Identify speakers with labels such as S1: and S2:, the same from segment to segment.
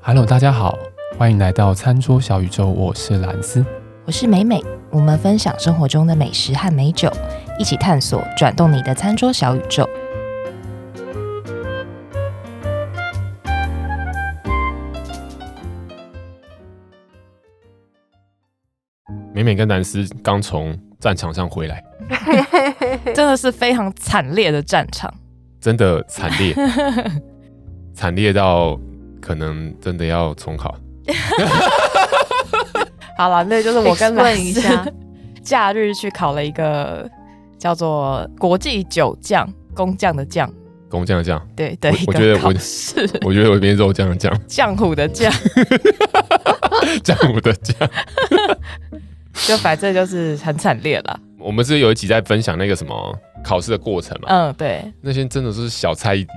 S1: Hello，大家好，欢迎来到餐桌小宇宙，我是蓝斯。
S2: 我是美美，我们分享生活中的美食和美酒，一起探索转动你的餐桌小宇宙。
S3: 美美跟南斯刚从战场上回来，
S2: 真的是非常惨烈的战场，
S3: 真的惨 烈，惨烈到可能真的要重考。
S4: 好了，那就是 我 跟
S5: Explain
S4: 兰
S5: 一
S4: 斯
S5: 下
S4: 假日去考了一个叫做国际酒匠工匠的匠，
S3: 工匠的匠，
S4: 对对，
S3: 我
S4: 一
S3: 我觉得
S4: 个
S3: 我
S4: 考试
S3: 我觉得我变肉酱的酱，
S4: 浆糊的匠，
S3: 酱我的酱。
S4: 就反正就是很惨烈 了。
S3: 我们是有一集在分享那个什么考试的过程嘛，
S4: 嗯，对，
S3: 那些真的是小 菜一碟。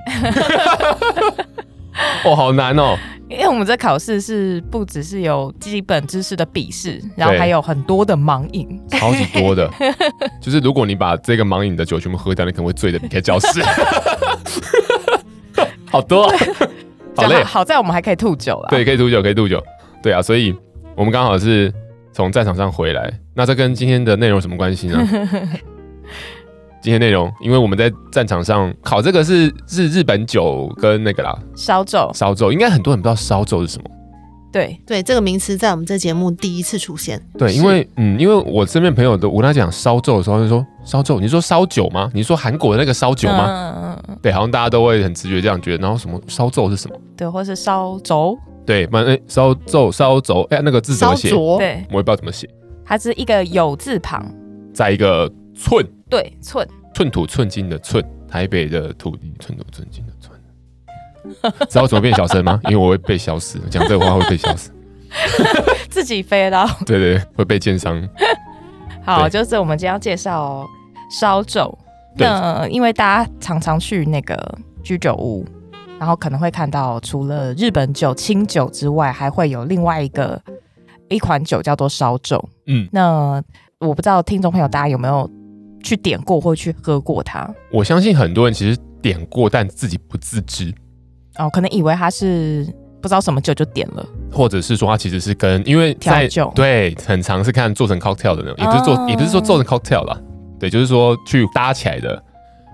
S3: 哦，好难哦！
S4: 因为我们这考试是不只是有基本知识的笔试，然后
S3: 对
S4: 还有很多的盲饮，
S3: 超级多的， 就是如果你把这个盲饮的酒全部喝掉，你可能会醉的离开教室。 好多 哦，好
S4: 这
S3: 累
S4: 样，好在我们还可以吐酒啦。
S3: 对，，可以吐酒，可以吐酒。对啊，所以我们刚好是从战场上回来。那这跟今天的内容有什么关 系呢？今天内容，因为我们在战场上烤这个是是日本酒跟那个啦
S4: 烧酒，
S3: 烧酒，应该很多人不知道烧酒是什么。
S4: 对，
S5: 对，这个名词在我们这节目第一次出现。
S3: 对，因为嗯，因为我身边朋友都我跟他讲烧酒的时候，他就说烧酒，你说烧酒吗？你说韩国的那个烧酒吗？
S4: 吗？嗯嗯
S3: 对，好像大家都会很直觉这样觉得。然后什么烧酒是什么？
S4: 对，或是烧轴，
S3: 对，反正哎烧酒烧酒，哎、那个字怎么写？我
S5: 灼
S4: 对，
S3: 也不知道怎么写，
S4: 它是一个有字旁，
S3: 在一个寸。
S4: 对，寸。
S3: 寸土寸金的寸，台北的土地寸土寸金的寸。知道我怎么变小声吗？因为 我会被消失，讲这个话会被消失。
S4: 自己飞到。
S3: 对对，会被奸商。
S4: 好，
S3: 对
S4: 就是我们今天要介绍烧酒。
S3: 对
S4: 那呃因为大家常常去那个居酒屋，然后可能会看到，除了日本酒、清酒之外，还会有另外一个一款酒叫做烧酒。
S3: 嗯，
S4: 那我不知道听众朋友大家有没有去点过或去喝过它？
S3: 我相信很多人其实点过，但自己不自知，
S4: 哦，可能以为它是不知道什么酒就点了。
S3: 或者是说它其实是跟因为在
S4: 调酒
S3: 对很常是看做成 cocktail 的那种，也不是做、
S4: 哦
S3: 也不是说做成 cocktail 啦，对，就是说去搭起来的，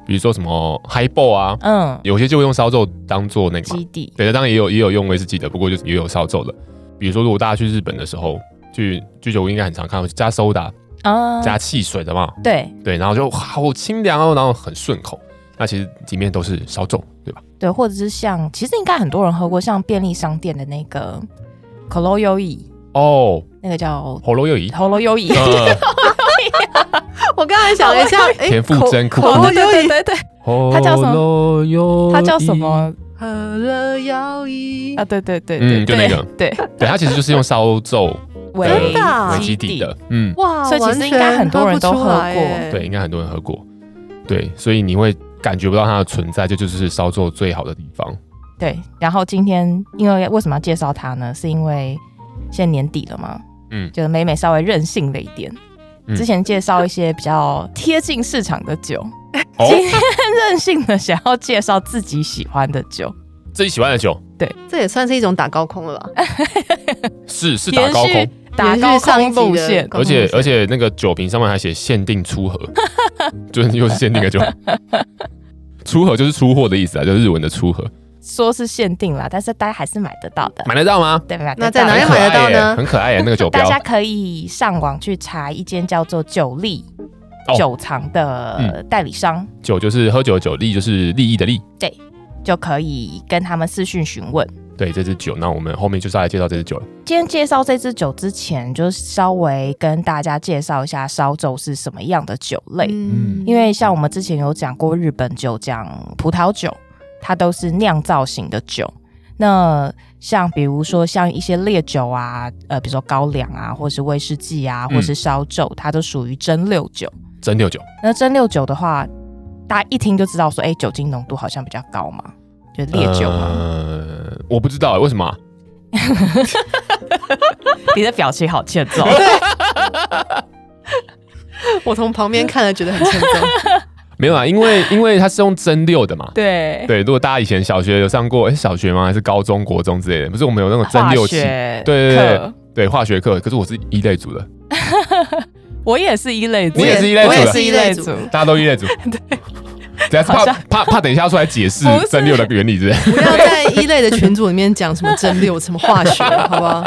S3: 比如说什么 highball 啊，
S4: 嗯，
S3: 有些就会用烧酒当做那个嘛
S4: 基底。
S3: 对，当然也有也有用威士忌的，不过就是也有烧酒的。比如说，如果大家去日本的时候，去居酒屋应该很常看到加 soda
S4: 啊、
S3: 加汽水的嘛，
S4: 对
S3: 对，然后就哇好清凉哦，然后很顺口。那其实里面都是烧酒，对 吧？
S4: 对，或者是像，其实应该很多人喝过，像便利商店的那个 c o l o y o i
S3: 哦，
S4: 那个叫
S3: 喉咙有一
S4: c o l o y o i
S3: 呃，
S5: 我刚才想了一下，哎
S3: 田馥甄
S5: 口
S3: 酷
S5: 口
S3: 酷
S5: 喉
S4: 哦，
S5: 咙
S4: 对对
S5: 优
S4: 对对，
S3: 它
S4: 它叫什么
S3: 么
S4: 它叫什？么
S5: 喝了摇椅
S4: 啊？，对对对对，
S3: 嗯就那个
S4: 对对
S3: 对，它其实就是用烧酒
S4: 为
S3: 真
S5: 的啊
S3: 为基
S4: 基
S3: 底的，嗯，
S5: 哇
S4: 所以其实应该很多人都喝过
S5: 完全不出来耶
S3: 对，应该很多人喝过，对，所以你会感觉不到它的存在，这就是烧酒最好的地方。
S4: 对，然后今天因为为什么要介绍它呢？是因为现在年底了嘛，
S3: 嗯
S4: 就是美美稍微任性了一点。
S3: 嗯
S4: 之前介绍一些比较贴近市场的酒，
S3: 哦，
S4: 任性的想要介绍自己喜欢的酒，
S3: 自己喜欢的酒
S5: 这也算是一种打高空了 吧？
S3: 是是打高空
S4: 延续，打高空路
S5: 延续上一集
S4: 线
S5: 的，高
S3: 而
S5: 空路线
S3: 且而且那个酒瓶上面还写限定出盒， 就是又是限定的酒。出盒就是出货的意思啊，就是日文的出盒，
S4: 说是限定啦，但是大家还是买得到的。
S3: 买得到吗？
S4: 对吧？
S5: 嗯那在哪里
S3: 很
S4: 买
S3: 可
S4: 得到
S3: 爱
S5: 买得到
S3: 耶
S5: 呢
S3: 很可爱耶，那个酒标
S4: 大家可以上网去查一间叫做酒力
S3: 哦嗯
S4: 酒厂的代理商，
S3: 酒就是喝酒的酒，利就是利益的利。
S4: 就可以跟他们私讯询问。
S3: 对，这支酒，那我们后面就是要来介绍这支酒了。
S4: 今天介绍这支酒之前，就稍微跟大家介绍一下烧酒是什么样的酒类，
S3: 嗯
S4: 因为像我们之前有讲过日本酒、讲葡萄酒，它都是酿造型的酒。那像比如说像一些烈酒啊，呃，比如说高粱啊，或是威士忌啊，或是烧酒，它都属于蒸馏酒。
S3: 蒸馏酒，
S4: 那蒸馏酒的话，大家一听就知道说，哎、酒精浓度好像比较高嘛，就烈酒嘛。
S3: 呃，我不知道耶为什么啊、
S4: 你的表情好欠揍。
S5: 我从旁边看了，觉得很沉重。
S3: 没有啊，因为因为它是用蒸馏的嘛。
S4: 对，
S3: 对，如果大家以前小学有上过，哎、小学吗？还是高中国中之类的？不是我们有那种蒸
S4: 化
S3: 馏器，
S4: 学
S3: 对对
S4: 课，
S3: 对化学课。可是我是一类组的，
S4: 我也是一类组，
S3: 你也是一类组
S4: 我
S3: 的
S4: 也是一类组。
S3: 大家都一类组。对，等下是
S4: 好
S3: 怕
S4: 像
S3: 怕怕，等一下要出来解释
S4: 不是
S3: 蒸馏的原理是不是？
S5: 不要在一类的群组里面讲什么蒸馏、什么化学，好不好？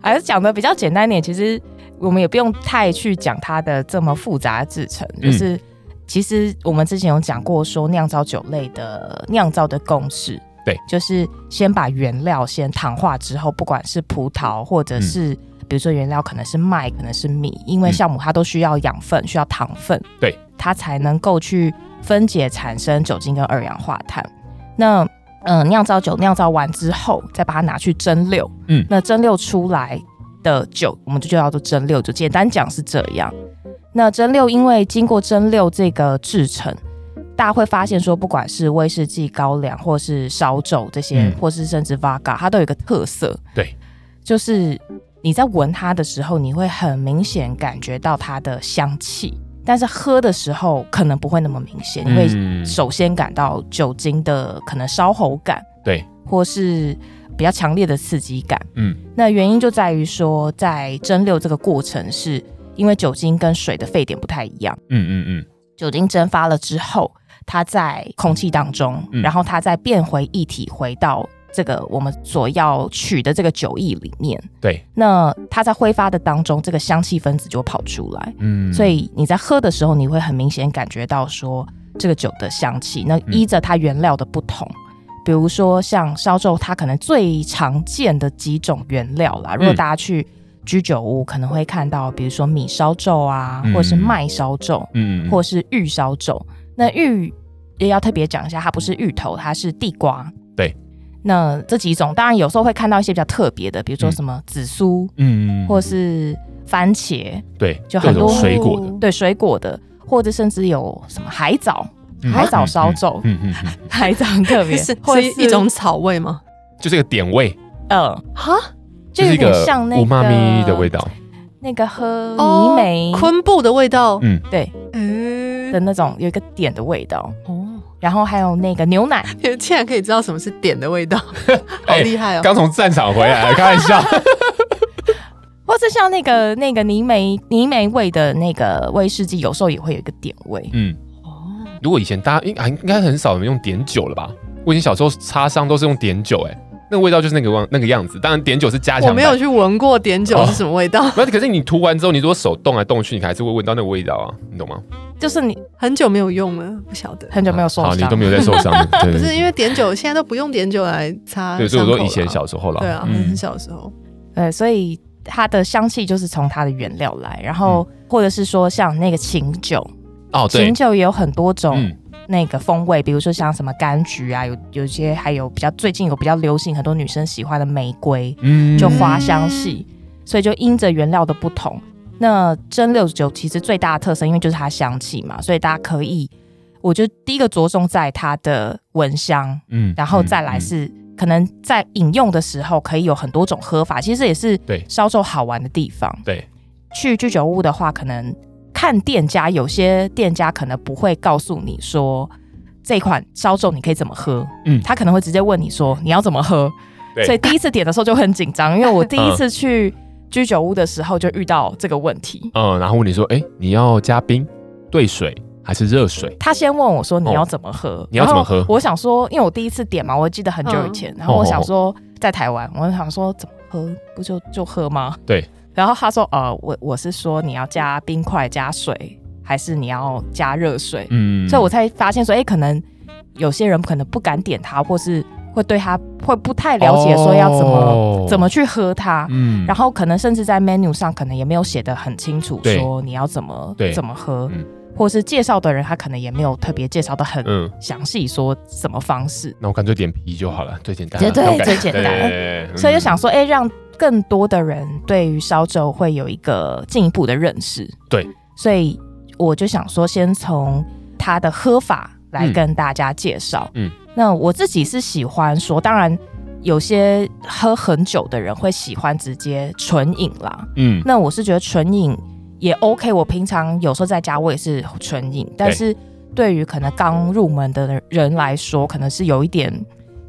S4: 还是讲的比较简单一点，其实我们也不用太去讲它的这么复杂的制成，
S3: 嗯
S4: 就是。其实我们之前有讲过，说酿造酒类的酿造的共识，
S3: 对，
S4: 就是先把原料先糖化之后，不管是葡萄或者是、比如说原料可能是麦，可能是米，因为
S3: 嗯
S4: 酵母它都需要养分，需要糖分，
S3: 对，
S4: 它才能够去分解产生酒精跟二氧化碳。那嗯，酿造酒酿造完之后，再把它拿去蒸馏。
S3: 嗯
S4: 那蒸馏出来的酒，我们就叫做蒸馏酒。简单讲是这样。那蒸馏，因为经过蒸馏这个制成，大家会发现说，不管是威士忌、高粱，或是烧酒这些，
S3: 嗯
S4: 或是甚至 Vaga，它都有一个特色，
S3: 对，
S4: 就是你在闻它的时候，你会很明显感觉到它的香气，但是喝的时候可能不会那么明显，你会
S3: 嗯
S4: 首先感到酒精的可能烧喉感，
S3: 对，
S4: 或是比较强烈的刺激感。
S3: 嗯，
S4: 那原因就在于说，在蒸馏这个过程是因为酒精跟水的沸点不太一样，
S3: 嗯嗯嗯，
S4: 酒精蒸发了之后，它在空气当中，
S3: 嗯
S4: 然后它再变回液体，回到这个我们所要取的这个酒液里面。
S3: 对，
S4: 那它在挥发的当中，这个香气分子就会跑出来。
S3: 嗯，
S4: 所以你在喝的时候，你会很明显感觉到说这个酒的香气。那
S3: 嗯
S4: 依着它原料的不同，比如说像烧酒，它可能最常见的几种原料
S3: 嗯
S4: 啦，如果大家去居酒屋，可能会看到，比如说米烧酒啊，
S3: 嗯
S4: 或者是麦烧酒，
S3: 嗯，嗯
S4: 或者是玉烧酒。那玉也要特别讲一下，它不是芋头，它是地瓜。
S3: 对。
S4: 那这几种，当然有时候会看到一些比较特别的，比如说什么紫苏，
S3: 嗯，
S4: 或是番茄，
S3: 对，
S4: 就
S3: 各
S4: 很
S3: 种
S4: 多
S3: 水果的，
S4: 对水果的，或者甚至有什么海 藻、
S3: 嗯
S4: 海藻烧酒
S3: 嗯嗯嗯嗯嗯
S4: 海藻很特别，
S5: 是
S4: 或
S5: 是一种草味吗？
S3: 就是一个点味，
S4: 嗯，
S5: 哈，
S3: 就
S4: 就是有
S3: 一
S4: 点
S3: 个
S4: 像那
S3: 乌妈咪
S4: 个
S3: 的味，道，
S4: 那个喝泥煤、
S5: 哦昆布的味道。
S3: 嗯
S4: 对
S5: 嗯
S4: 的，那种有一个点的味道，
S5: 哦，
S4: 然后还有那个牛奶，
S5: 竟然可以知道什么是点的味道，好
S3: 哎
S5: 厉害哦！
S3: 刚从战场回来，开玩笑，
S4: 或是像那个那个泥煤泥煤味的那个威士忌，有时候也会有一个点味。
S3: 嗯。
S5: 哦，
S3: 如果以前大家应应该很少人用碘酒了吧？我以前小时候擦伤都是用碘酒、哎，那个味道就是那个样那个样子。当然碘酒是加强
S5: 我
S3: 版，
S5: 没有去闻过碘
S3: 哦
S5: 酒是什么味道，
S3: 没有。可是你涂完之后，你如果手动来动去，你还是会闻到那个味道啊，你懂吗？
S4: 就是你
S5: 很久没有用了，不晓得。
S4: 很久没有受
S3: 好，你
S4: 伤
S3: 都，没有在受伤，对对
S5: 不是
S3: 对。
S5: 因为碘酒，现在都不用碘酒来擦伤口了啊。
S3: 对，所以我说以前小时候啦，
S5: 对啊，
S3: 嗯
S5: 很小时候。
S4: 对，所以它的香气就是从它的原料来，然后或者是说像那个琴酒，
S3: 嗯哦，对
S4: 琴，酒也有很多种
S3: 嗯
S4: 那个风味，比如说像什么柑橘啊，有有些还有比较最近有比较流行，很多女生喜欢的玫瑰，
S3: 嗯
S4: 就花香系，所以就因着原料的不同，那蒸馏酒其实最大的特色，因为就是它香气嘛，所以大家可以，我觉得第一个着重在它的闻香，
S3: 嗯
S4: 然后再来是、可能在饮用的时候可以有很多种喝法，其实也是
S3: 对
S4: 烧酒好玩的地方。
S3: 对，
S4: 去居酒屋的话，可能看店家，有些店家可能不会告诉你说这款烧酒你可以怎么喝，
S3: 嗯
S4: 嗯，他可能会直接问你说你要怎么喝
S3: 对，
S4: 所以第一次点的时候就很紧张，因为我第一次去居酒屋的时候就遇到这个问题。
S3: 嗯，然后问你说，哎、你要加冰、兑水还是热水？
S4: 他先问我说：“你要怎么喝？
S3: 哦你要怎么喝嗯
S4: 然后我想说，因为我第一次点嘛，我记得很久以前，然后我想说在台湾，我想说怎么喝，不就就喝吗？
S3: 对。
S4: 然后他说：“呃，我我是说你要加冰块、加水，还是你要加热水？”
S3: 嗯，
S4: 所以我才发现说，哎、可能有些人可能不敢点它，或是会对它会不太了解，说要怎么、
S3: 哦
S4: 怎么去喝它。
S3: 嗯
S4: 然后可能甚至在 menu 上可能也没有写的很清楚，
S3: 对
S4: 说你要怎么
S3: 对
S4: 怎么喝，
S3: 嗯
S4: 或是介绍的人他可能也没有特别介绍的很
S3: 嗯，
S4: 详细，说什么方式，
S3: 那我干脆点啤就好了，最简单
S4: 对
S3: 了，
S4: 对
S3: 那种感
S4: 最
S3: 觉
S4: 简
S3: 对
S4: 单
S3: 对对对
S4: 所以就
S3: 嗯
S4: 想说，哎、让更多的人对于烧酒会有一个进一步的认识。
S3: 对，
S4: 所以我就想说，先从它的喝法来
S3: 嗯
S4: 跟大家介绍。
S3: 嗯
S4: 嗯，那我自己是喜欢说，当然有些喝很久的人会喜欢直接纯饮啦。
S3: 嗯
S4: 那我是觉得纯饮也 OK，我平常有时候在家我也是纯饮，但是对于可能刚入门的人来说，可能是有一点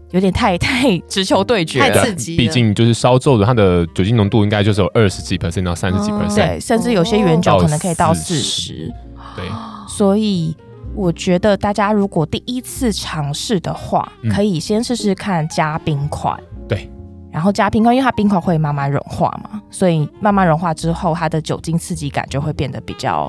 S4: 有点太 太直球对决
S5: 太
S4: 了。
S5: 刺激了
S3: 啊毕竟就是烧皱的，它的酒精浓度应该就是有二十几 percent 到三十几
S5: 哦
S3: percent，、
S4: 对，甚至有些原
S3: 哦
S4: 酒可能可以到
S3: 到
S4: 四
S3: 40
S4: 十，
S3: 对，
S5: 哦
S4: 所以我觉得大家如果第一次尝试的话，
S3: 嗯
S4: 可以先试试看加冰块。
S3: 对。
S4: 然后加冰块，因为它冰块会慢慢融化嘛，所以慢慢融化之后，它的酒精刺激感就会变得比较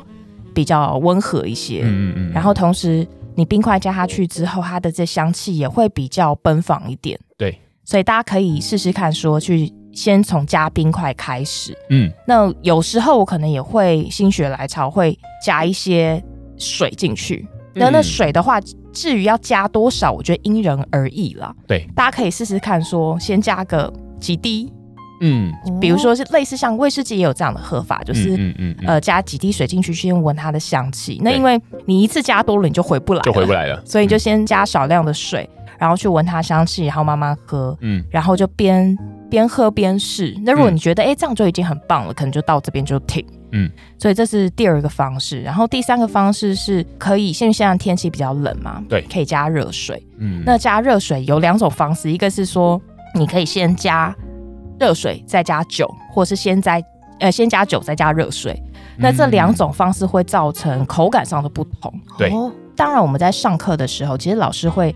S4: 比较温和一些。
S3: 嗯嗯嗯。
S4: 然后同时，你冰块加下去之后，它的这香气也会比较奔放一点。
S3: 对，
S4: 所以大家可以试试看说去先从加冰块开始。
S3: 嗯，
S4: 那有时候我可能也会心血来潮，会加一些水进去。那
S3: 嗯
S4: 那水的话，至于要加多少，我觉得因人而异啦。
S3: 对，
S4: 大家可以试试看说先加个几滴，
S3: 嗯，
S4: 比
S5: 哦
S4: 如说是类似像威士忌也有这样的喝法，就是、
S3: 嗯嗯嗯，
S4: 呃加几滴水进去，先闻它的香气。那因为你一次加多了，你就回不来，
S3: 就回不。来了，
S4: 所以你就先加少量的水，然后去闻它香气，然后慢慢喝，
S3: 嗯
S4: 然后就边边喝边试。那如果
S3: 嗯
S4: 你觉得哎、诶这样就已经很棒了，可能就到这边就停。
S3: 嗯，
S4: 所以这是第二个方式。然后第三个方式是可以，因为现在天气比较冷嘛，
S3: 对
S4: 可以加热水。
S3: 嗯，
S4: 那加热水有两种方式，一个是说你可以先加热水，再加酒，或是先在呃先加酒再加热水。
S3: 嗯
S4: 那这两种方式会造成口感上的不同。
S3: 对
S5: 哦
S4: 当然，我们在上课的时候，其实老师会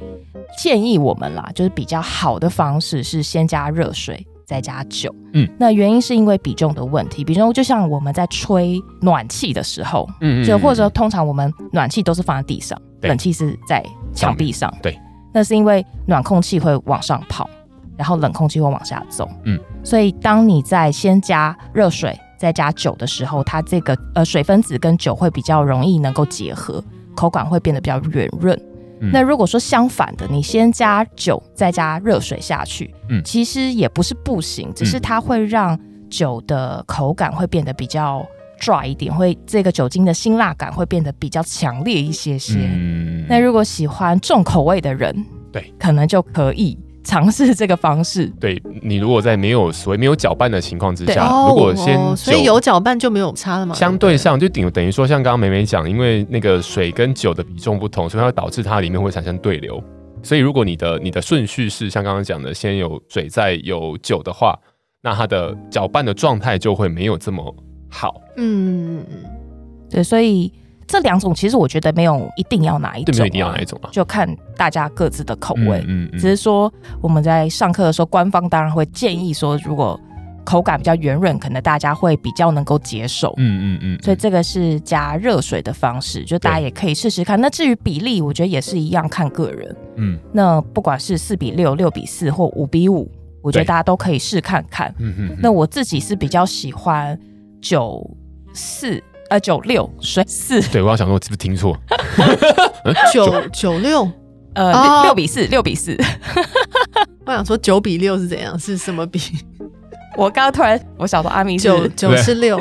S4: 建议我们啦，就是比较好的方式是先加热水，再加酒。
S3: 嗯，
S4: 那原因是因为比重的问题，比重就像我们在吹暖气的时候，
S3: 嗯
S4: 就或者说通常我们暖气都是放在地上，
S3: 对
S4: 冷气是在墙壁上。
S3: 对，
S4: 那是因为暖空气会往上跑，然后冷空气会往下走。
S3: 嗯，
S4: 所以当你在先加热水再加酒的时候，它这个呃水分子跟酒会比较容易能够结合，口感会变得比较圆润。
S3: 嗯
S4: 那如果说相反的，你先加酒再加热水下去，
S3: 嗯
S4: 其实也不是不行，只是它会让酒的口感会变得比较 dry 一点，会这个酒精的辛辣感会变得比较强烈一些些。
S3: 嗯
S4: 那如果喜欢重口味的人，
S3: 对，
S4: 可能就可以尝试这个方式。
S3: 对你如果在没有所谓没有搅拌的情况之下，
S5: 哦
S3: 啊如果先
S5: 哦所以
S3: 酒
S5: 有搅拌就没有差了嘛。
S3: 相对上就顶等于说，像刚刚美美讲，因为那个水跟酒的比重不同，所以它会导致它里面会产生对流。所以如果你的你的顺序是像刚刚讲的，先有水再有酒的话，那它的搅拌的状态就会没有这么好，
S5: 嗯，
S4: 对，所以这两种其实我觉得没有一定要哪一
S3: 对
S4: 种、
S3: 没有一定要哪一，种啊？
S4: 就看大家各自的口味。
S3: 嗯
S4: 只是说我们在上课的时候，官方当然会建议说，如果口感比较圆润，可能大家会比较能够接受。
S3: 嗯嗯嗯，
S4: 所以这个是加热水的方式，就大家
S3: 对
S4: 也可以试试看。那至于比例，我觉得也是一样，看个人。
S3: 嗯
S4: 那不管是四比六、六比四或五比五，我觉得
S3: 对
S4: 大家都可以试看看。
S3: 嗯嗯，
S4: 那我自己是比较喜欢九四呃九六水四
S3: 对我要想说，我是不是听错？
S5: 九九六。
S4: 呃六
S5: 哦
S4: 六比四六比四。
S5: 我想说九比六是怎样？是什 么比？
S4: 我刚刚突然我想到阿明
S5: 九
S4: 是
S5: 九十六，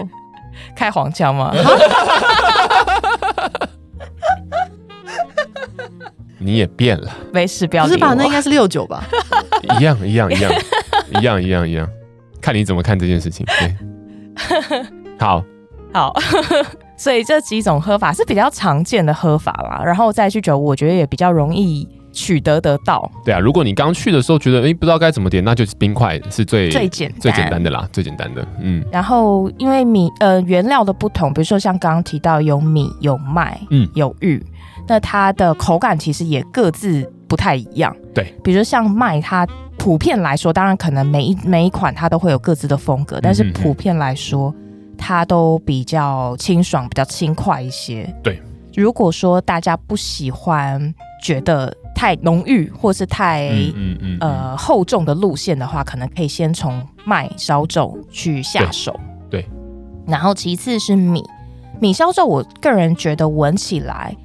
S4: 开黄腔吗？
S3: 你也变了，
S4: 没事，不要
S5: 不
S4: 理
S5: 是吧？
S4: 我。
S5: 那应该是六九吧？
S3: 一样一样一样一样一样一样，看你怎么看这件事情。对，好，
S4: 好。 所以这几种喝法是比较常见的喝法啦，然后再去酒，我觉得也比较容易取得得到，
S3: 对啊，如果你刚去的时候觉得诶不知道该怎么点，那就是冰块是最
S4: 最简单
S3: 最简单的啦，最简单的。嗯
S4: 然后因为米呃原料的不同，比如说像刚刚提到有米、有麦、
S3: 嗯
S4: 有玉，那它的口感其实也各自不太一样。
S3: 对，
S4: 比如说像麦，它普遍来说，当然可能每一每一款它都会有各自的风格，但是
S3: 嗯嗯嗯
S4: 普遍来说，它都比较清爽、比较轻快一些。
S3: 对，
S4: 如果说大家不喜欢，觉得太浓郁或是太
S3: 嗯嗯嗯，
S4: 呃厚重的路线的话，可能可以先从麦烧皱去下手。
S3: 对对
S4: 然后其次是米，米烧皱，我个人觉得闻起来，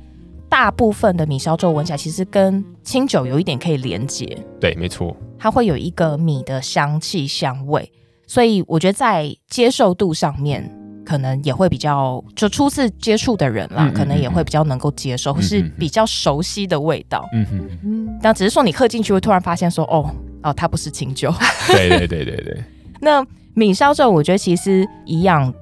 S4: 大部分的米烧皱闻起来其实跟清酒有一点可以连接，
S3: 对，没错，
S4: 它会有一个米的香气香味，所以我觉得在接受度上面。可能也会比较，就初次接触的人啦，
S3: 嗯嗯
S4: 可能也
S3: 嗯嗯
S4: 会比较能够接受，或是
S3: 嗯嗯嗯
S4: 比较熟悉的味道。
S3: 嗯哼，
S5: 嗯，
S4: 但只是说你喝进去会突然发现说，哦哦，它不是清酒。
S3: 对对对对对，
S4: 那米烧这我觉得其实一样，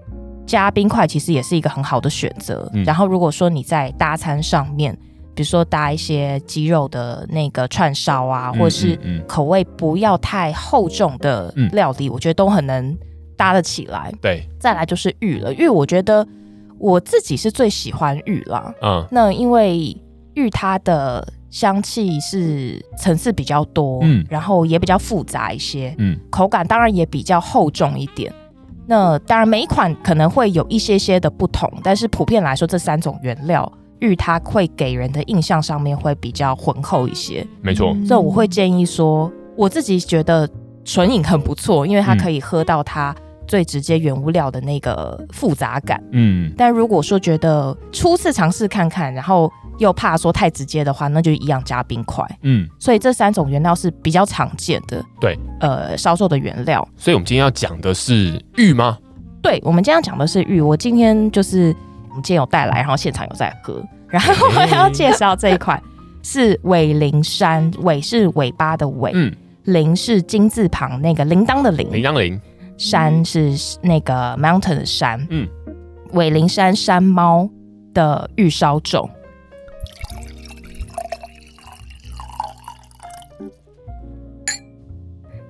S4: 加冰块其实也是一个很好的选择。
S3: 嗯
S4: 然后如果说你在大餐上面，比如说搭一些鸡肉的那个串烧啊， 或者是
S3: 嗯嗯嗯
S4: 口味不要太厚重的
S3: 嗯
S4: 料理，我觉得都很能搭得起来。
S3: 对，
S4: 再来就是玉了，玉我觉得我自己是最喜欢玉啦。
S3: 嗯
S4: 那因为玉它的香气是层次比较多，
S3: 嗯
S4: 然后也比较复杂一些，
S3: 嗯
S4: 口感当然也比较厚重一点。那当然每一款可能会有一些些的不同，但是普遍来说，这三种原料玉它会给人的印象上面会比较浑厚一些。
S3: 没错，
S4: 所以我会建议说，我自己觉得纯饮很不错，因为它
S3: 嗯
S4: 可以喝到它最直接原物料的那个复杂感。
S3: 嗯
S4: 但如果说觉得初次尝试看看，然后又怕说太直接的话，那就一样加冰块。
S3: 嗯，
S4: 所以这三种原料是比较常见的。
S3: 对，
S4: 呃，烧售的原料。
S3: 所以我们今天要讲的是玉吗？
S4: 对，我们今天要讲的是玉，我今天就是我们今天有带来，然后现场有在喝，然后我要介绍这一款是尾灵山，尾是尾巴的尾，
S3: 嗯，
S4: 铃是金字旁那个铃铛的
S3: 铃
S4: 铃，
S3: 铛铃，
S4: 山是那个 mountain 的山，
S3: 嗯
S4: 嗯，尾灵山山猫的玉烧种，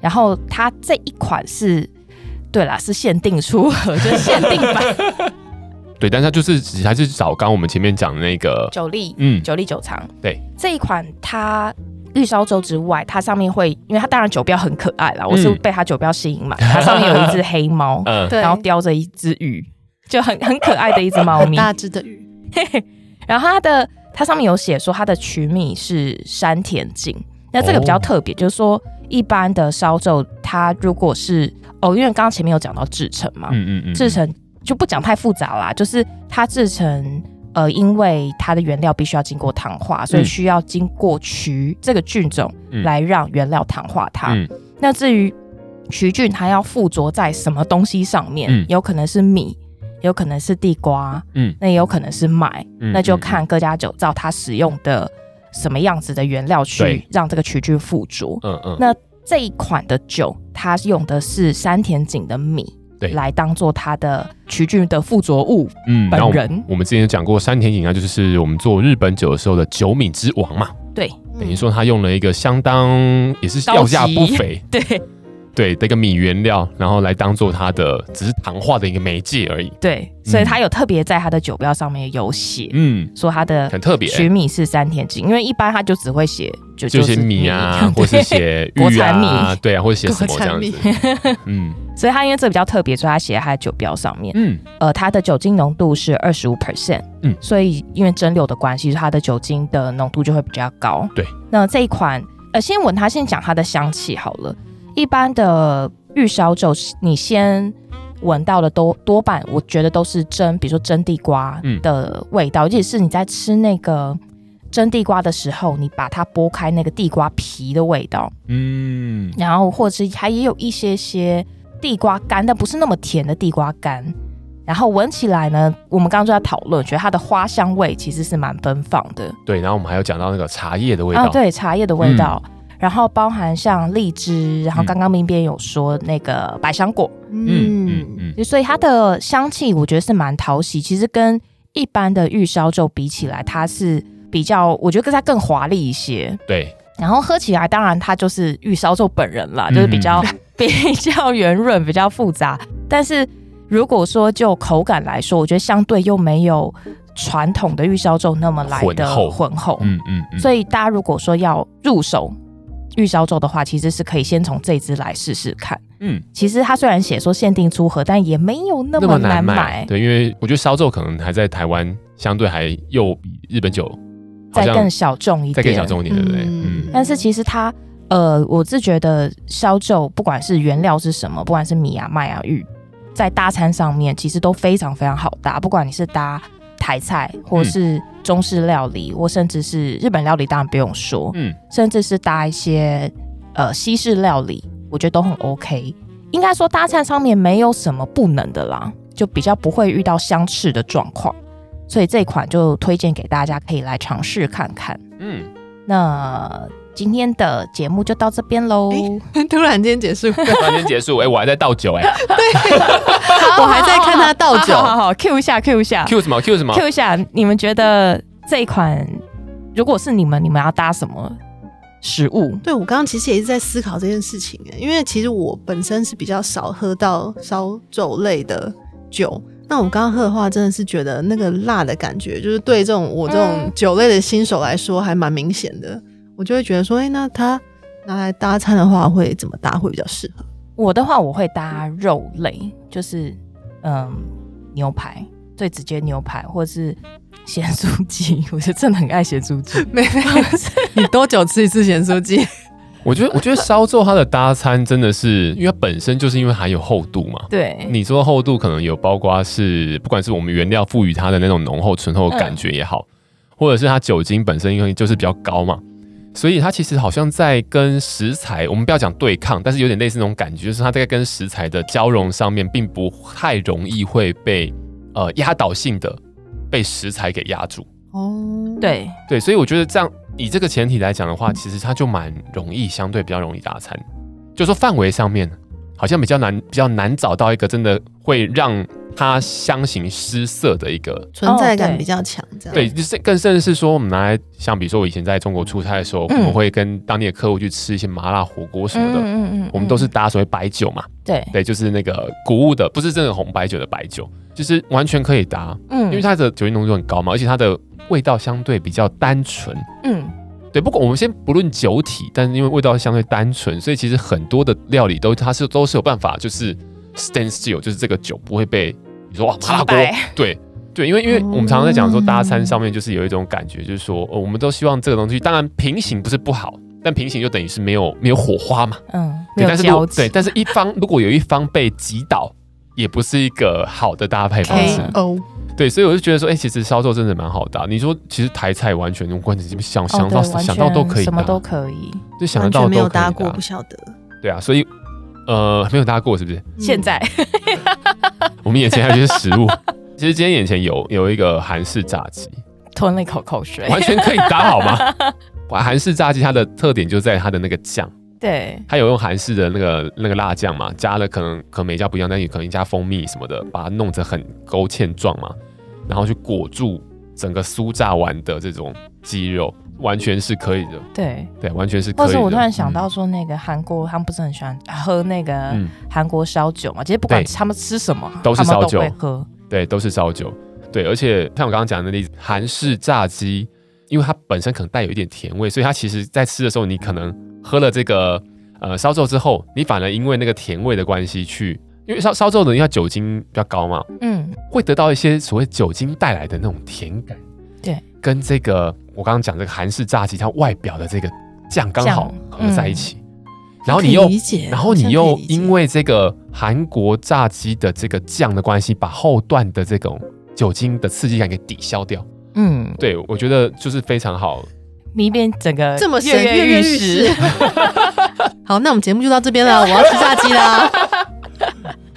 S4: 然后它这一款是，对啦，是限定出 盒，就是限定 版
S3: 对，但是它就是只还是找刚我们前面讲的那个，
S4: 九粒，
S3: 嗯，
S4: 九粒九藏。
S3: 对，
S4: 这一款它玉烧粥之外，它上面会，因为它当然酒标很可爱啦，我是
S3: 嗯，
S4: 被它酒标吸引嘛，它上面有一只黑猫
S3: 嗯，
S5: 对，
S4: 然后叼着一只鱼，就很很可爱的一只猫
S5: 很
S4: 咪。
S5: 大只的鱼，
S4: 然后它的它上面有写说它的曲米是山田锦，那这个比较
S3: 哦
S4: 特别，就是说一般的烧酒，它如果是哦，因为刚刚前面有讲到制成嘛，
S3: 嗯嗯嗯，
S4: 制成就不讲太复杂啦，就是它制成。呃，因为它的原料必须要经过糖化，所以
S3: 嗯
S4: 需要经过曲这个菌种
S3: 嗯
S4: 来让原料糖化它。
S3: 嗯
S4: 那至于曲菌，它要附着在什么东西上面，
S3: 嗯
S4: 有可能是米，有可能是地瓜，
S3: 嗯
S4: 那也有可能是麦，
S3: 嗯
S4: 那就看各家酒造它使用的什么样子的原料去
S3: 对
S4: 让这个曲菌附着。
S3: 嗯嗯，
S4: 那这一款的酒，它用的是山田井的米，
S3: 对
S4: 来当做它的曲菌的附着物。
S3: 嗯，
S4: 本
S3: 然后我
S4: 人
S3: 我们之前有讲过山田饮啊，就是我们做日本酒的时候的九米之王嘛，
S4: 对嗯
S3: 等于说他用了一个相当也是
S4: 高
S3: 要价
S4: 级
S3: 不菲，
S4: 对
S3: 对的一个米原料，然后来当做它的只是糖化的一个媒介而已，
S4: 对，所以它有特别在它的酒标上面有写，
S3: 嗯，
S4: 说它的
S3: 很特别、
S4: 曲米是山田井，因为一般它就只会写就
S3: 就写
S4: 是
S3: 米啊，或是
S4: 对
S3: 写
S4: 国
S3: 玉啊
S4: 产，
S3: 对啊，或者写什么
S5: 国
S3: 这
S5: 产
S3: 样
S5: 米
S3: 子，嗯
S4: 所以它因为这比较特别，所以它写在它的酒标上面。
S3: 嗯
S4: 呃，它的酒精浓度是二十五 percent，
S3: 嗯
S4: 嗯，所以因为蒸馏的关系，它的酒精的浓度就会比较高。
S3: 对，
S4: 那这一款，呃，先闻它，先讲它的香气好了。一般的预烧酒，你先闻到的多多半，我觉得都是蒸，比如说蒸地瓜
S3: 嗯
S4: 的味道，尤其是你在吃那个蒸地瓜的时候，你把它剥开那个地瓜皮的味道，
S3: 嗯，
S4: 然后或者是还也有一些些地瓜干，但不是那么甜的地瓜干。然后闻起来呢，我们刚刚就在讨论，觉得它的花香味其实是蛮奔放的
S3: 对，然后我们还有讲到那个茶叶的味
S4: 啊，
S3: 道，
S4: 对，茶叶的味道。然后包含像荔枝，然后
S3: 嗯
S4: 刚刚明边有说那个百香果，
S3: 嗯嗯
S5: 嗯，
S3: 嗯，
S4: 所以它的香气我觉得是蛮讨喜。其实跟一般的玉烧酒比起来，它是比较，我觉得跟它更华丽一些。
S3: 对，
S4: 然后喝起来，当然它就是玉烧肉本人啦，
S3: 嗯
S4: 就是比较、 比较圆润，比较复杂。但是如果说就口感来说，我觉得相对又没有传统的玉烧肉那么来的
S3: 浑厚
S4: 浑厚。
S3: 嗯嗯嗯，
S4: 所以大家如果说要入手玉烧肉的话，其实是可以先从这支来试试看。
S3: 嗯。
S4: 其实它虽然写说限定出盒，但也没有那
S3: 那
S4: 么
S3: 么
S4: 难
S3: 难
S4: 买，
S3: 对，因为我觉得烧肉可能还在台湾相对还又比日本酒好
S4: 再
S3: 像
S4: 更小众一点，
S3: 再更小众一点，对不对？
S5: 嗯
S3: 嗯
S4: 但是其实它，呃，我是觉得烧酒不管是原料是什么，不管是米啊、麦啊、玉，在大餐上面其实都非常非常好搭。不管你是搭台菜，或是中式料理，或甚至是日本料理，当然不用说，
S3: 嗯
S4: 甚至是搭一些呃西式料理，我觉得都很 OK。应该说搭餐上面没有什么不能的啦，就比较不会遇到相斥的状况，所以这一款就推荐给大家可以来尝试看看。
S3: 嗯，
S4: 那今天的节目就到这边喽。
S5: 诶突然间结 束，
S3: 突然间结束，哎、我还在倒酒、哎
S5: 我还在看他倒
S4: 好好
S5: 酒，
S4: 好 Q 一下，Q 一下
S3: ，Q 什么 Q 什么
S4: ，Q 一下。你们觉得这一款如果是你们，你们要搭什么食物？
S5: 对我刚刚其实也一直在思考这件事情欸耶，因为其实我本身是比较少喝到烧酒类的酒。那我刚刚喝的话，真的是觉得那个辣的感觉，就是对这种我这种
S4: 嗯
S5: 酒类的新手来说，还蛮明显的。我就会觉得说，哎、那它拿来搭餐的话，会怎么搭会比较适合？
S4: 我的话，我会搭肉类，就是嗯牛排，最直接牛排，或是咸酥鸡。我就真的很爱咸酥 鸡，
S5: 没没，你多久吃一次咸酥鸡？
S3: 我觉得，我觉得烧肉它的搭餐真的是，因为它本身就是因为含有厚度嘛。
S4: 对，
S3: 你说厚度可能有包括是，不管是我们原料赋予它的那种浓厚醇厚的感觉也好，或者是它酒精本身因为就是比较高嘛，所以它其实好像在跟食材，我们不要讲对抗，但是有点类似那种感觉，就是它在跟食材的交融上面，并不太容易会被呃压倒性的被食材给压住。
S5: 哦，，
S4: 对
S3: 对，所以我觉得这样以这个前提来讲的话，其实它就蛮容易，相对比较容易打餐。就说范围上面，好像比较难，比较难找到一个真的会让它相形失色的一个。
S5: 存在感
S4: 哦对
S5: 比较强，这样
S3: 对，就是更甚至是说，我们拿来像比如说我以前在中国出差的时候，我们
S4: 嗯
S3: 会跟当地的客户去吃一些麻辣火锅什么的，
S4: 嗯
S3: 我们都是搭所谓白酒嘛，
S4: 对，
S3: 对，就是那个谷物的，不是真的红白酒的白酒，就是完全可以搭，
S4: 嗯
S3: 因为它的酒精浓度很高嘛，而且它的味道相对比较单纯，
S4: 嗯
S3: 对，不管我们先不论酒体，但是因为味道相对单纯，所以其实很多的料理都它是都是有办法，就是 stand still，就是这个酒不会被你说哇麻辣
S4: 击
S3: 锅
S4: 败，哦
S3: 对对，因为因为我们常常在讲说
S5: 嗯
S3: 搭餐上面就是有一种感觉，就是说、哦、我们都希望这个东西，当然平行不是不好，但平行就等于是没有没有火花嘛，
S4: 嗯，
S3: 对，
S4: 没有
S3: 但是如
S4: 交
S3: 果
S4: 集，
S3: 对，但是一方如果有一方被击倒，也不是一个好的搭配方式。
S4: 嗯
S5: KO
S3: 对，所以我就觉得说，哎、其实烧肉真的蛮好搭。你说，其实台菜完全用关键想
S4: 哦
S3: 想到、
S4: 对完
S3: 想到
S4: 全
S3: 都可以搭，
S4: 什么都可以。
S3: 就想得
S5: 完
S3: 到
S5: 全没
S3: 都
S5: 有
S3: 可
S5: 搭
S3: 以
S5: 过，
S3: 搭
S5: 不。晓得。
S3: 对啊，所以呃，没有搭过是不是？
S4: 现
S5: 嗯
S4: 在
S3: 我们眼前还有一些食物。 其实今天眼前有有一个韩式炸鸡，
S4: 吞了一口口水，
S3: 完全可以搭好吗？ 哇韩式炸鸡它的特点就在它的那个酱，
S4: 对，
S3: 它有用韩式的那个那个辣酱嘛，加了可能可能每家不一样，但也可能加蜂蜜什么的，把它弄成很勾芡状嘛，然后去裹住整个酥炸完的这种鸡肉，完全是可以的，
S4: 对，
S3: 对，完全是可以
S4: 或
S3: 的。
S4: 是我突然想到
S3: 嗯，
S4: 说，那个韩国他们不是很喜欢啊喝那个
S3: 嗯
S4: 韩国烧酒嘛？其实不管
S3: 对
S4: 他们吃什么，
S3: 都是
S4: 他们
S3: 烧酒
S4: 会喝。
S3: 对，都是烧酒。对，而且像我刚刚讲的那例子，韩式炸鸡，因为它本身可能带有一点甜味，所以它其实在吃的时候，你可能喝了这个呃烧酒之后，你反而因为那个甜味的关系去，因为烧烧酒的因为它酒精比较高嘛，
S4: 嗯，
S3: 会得到一些所谓酒精带来的那种甜感。
S4: 对，
S3: 跟这个我刚刚讲这个韩式炸鸡，它外表的这个酱刚好合在一起，然后你
S5: 嗯可
S3: 又
S5: 以理解，
S3: 然后你
S5: 好像
S3: 又
S5: 可以理解
S3: 因为这个韩国炸鸡的这个酱的关系，把后段的这种酒精的刺激感给抵消掉。
S4: 嗯，
S3: 对，我觉得就是非常好。
S4: 你一边整个
S5: 这么神
S4: 跃跃
S5: 跃
S4: 欲
S5: 欲试。好，那我们节目就到这边了，我要吃炸 鸡啦。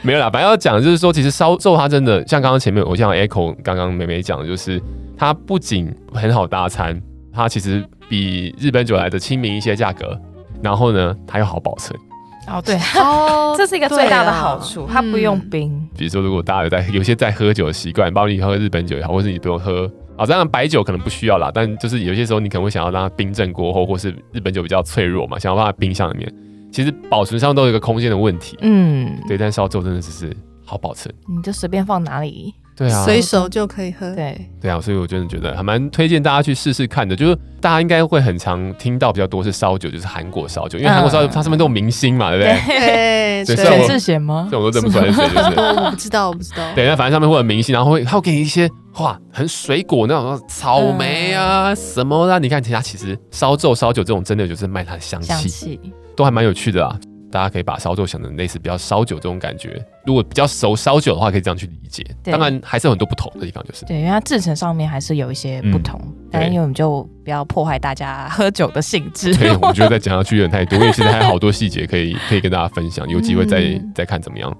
S3: 没有啦，反正要讲的就是说，其实烧肉它真的像刚刚前面我像 Echo 刚刚美美讲的，就是它不仅很好搭餐，它其实比日本酒来的亲民一些价格，然后呢，它又好保存。
S4: 哦，啊嗯对，
S5: 哦嗯
S4: 这是一个最大的好处，它不用冰。
S3: 比如说，如果大家有在有些在喝酒的习惯，包括你喝日本酒也好，或是你不用喝啊，当然白酒可能不需要啦，但就是有些时候你可能会想要让它冰镇过后，或是日本酒比较脆弱嘛，想要放在冰箱里面，其实保存上都有一个空间的问题。
S4: 嗯，
S3: 对，但烧酒真的只是好保存。
S4: 你就随便放哪里。
S3: 对啊，
S5: 随手就可以喝。
S4: 对，
S3: 对啊，所以我真的觉得还蛮推荐大家去试试看的。就是大家应该会很常听到比较多是烧酒，就是韩国烧酒，因为韩国烧酒它上面都有明星嘛，对不对？
S5: 对，
S3: 对
S5: 对
S3: 虽然
S4: 全
S3: 我
S4: 智贤吗
S3: 这？种都认不出来是谁，就是。
S5: 我不知道，我不知道。
S3: 对，那反正上面会有明星，然后会他会给你一些哇，很水果那种草莓啊、什么的啊。你看，其实它其实烧肉、烧酒这种真的就是卖它的香
S4: 香
S3: 气，
S4: 气，
S3: 都还蛮有趣的啊。大家可以把烧肉想成类似比较烧酒这种感觉，如果比较熟烧酒的话，可以这样去理解。
S4: 对
S3: 当然还是有很多不同的地方，就是
S4: 对，因为它制成上面还是有一些不同，但是因为我们就不要破坏大家 喝酒的兴 致。
S3: 对，我觉得再讲下去有点太多，因为其实还有好多细节可以可以跟大家分享，有机会再、
S5: 嗯
S3: 再看怎么样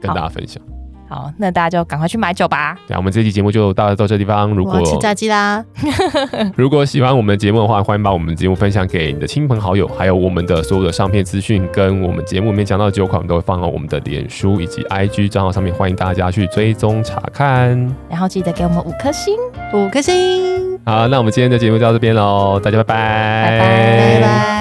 S3: 跟大家分享。
S4: 好，那大家就赶快去买酒吧。
S3: 对啊，我们这期节目就到到这地方。如
S5: 我
S3: 果
S5: 要吃炸鸡啦！
S3: 如果喜欢我们的节目的话，欢迎把我们的节目分享给你的亲朋好友，还有我们的所有的上片资讯跟我们节目里面讲到的酒款，我们都会放到我们的脸书以及 IG 账号上面，欢迎大家去追踪查看。
S4: 然后记得给我们五颗星。
S5: 五颗星。
S3: 好，那我们今天的节目就到这边喽，大家拜拜，
S2: 拜
S5: 拜拜。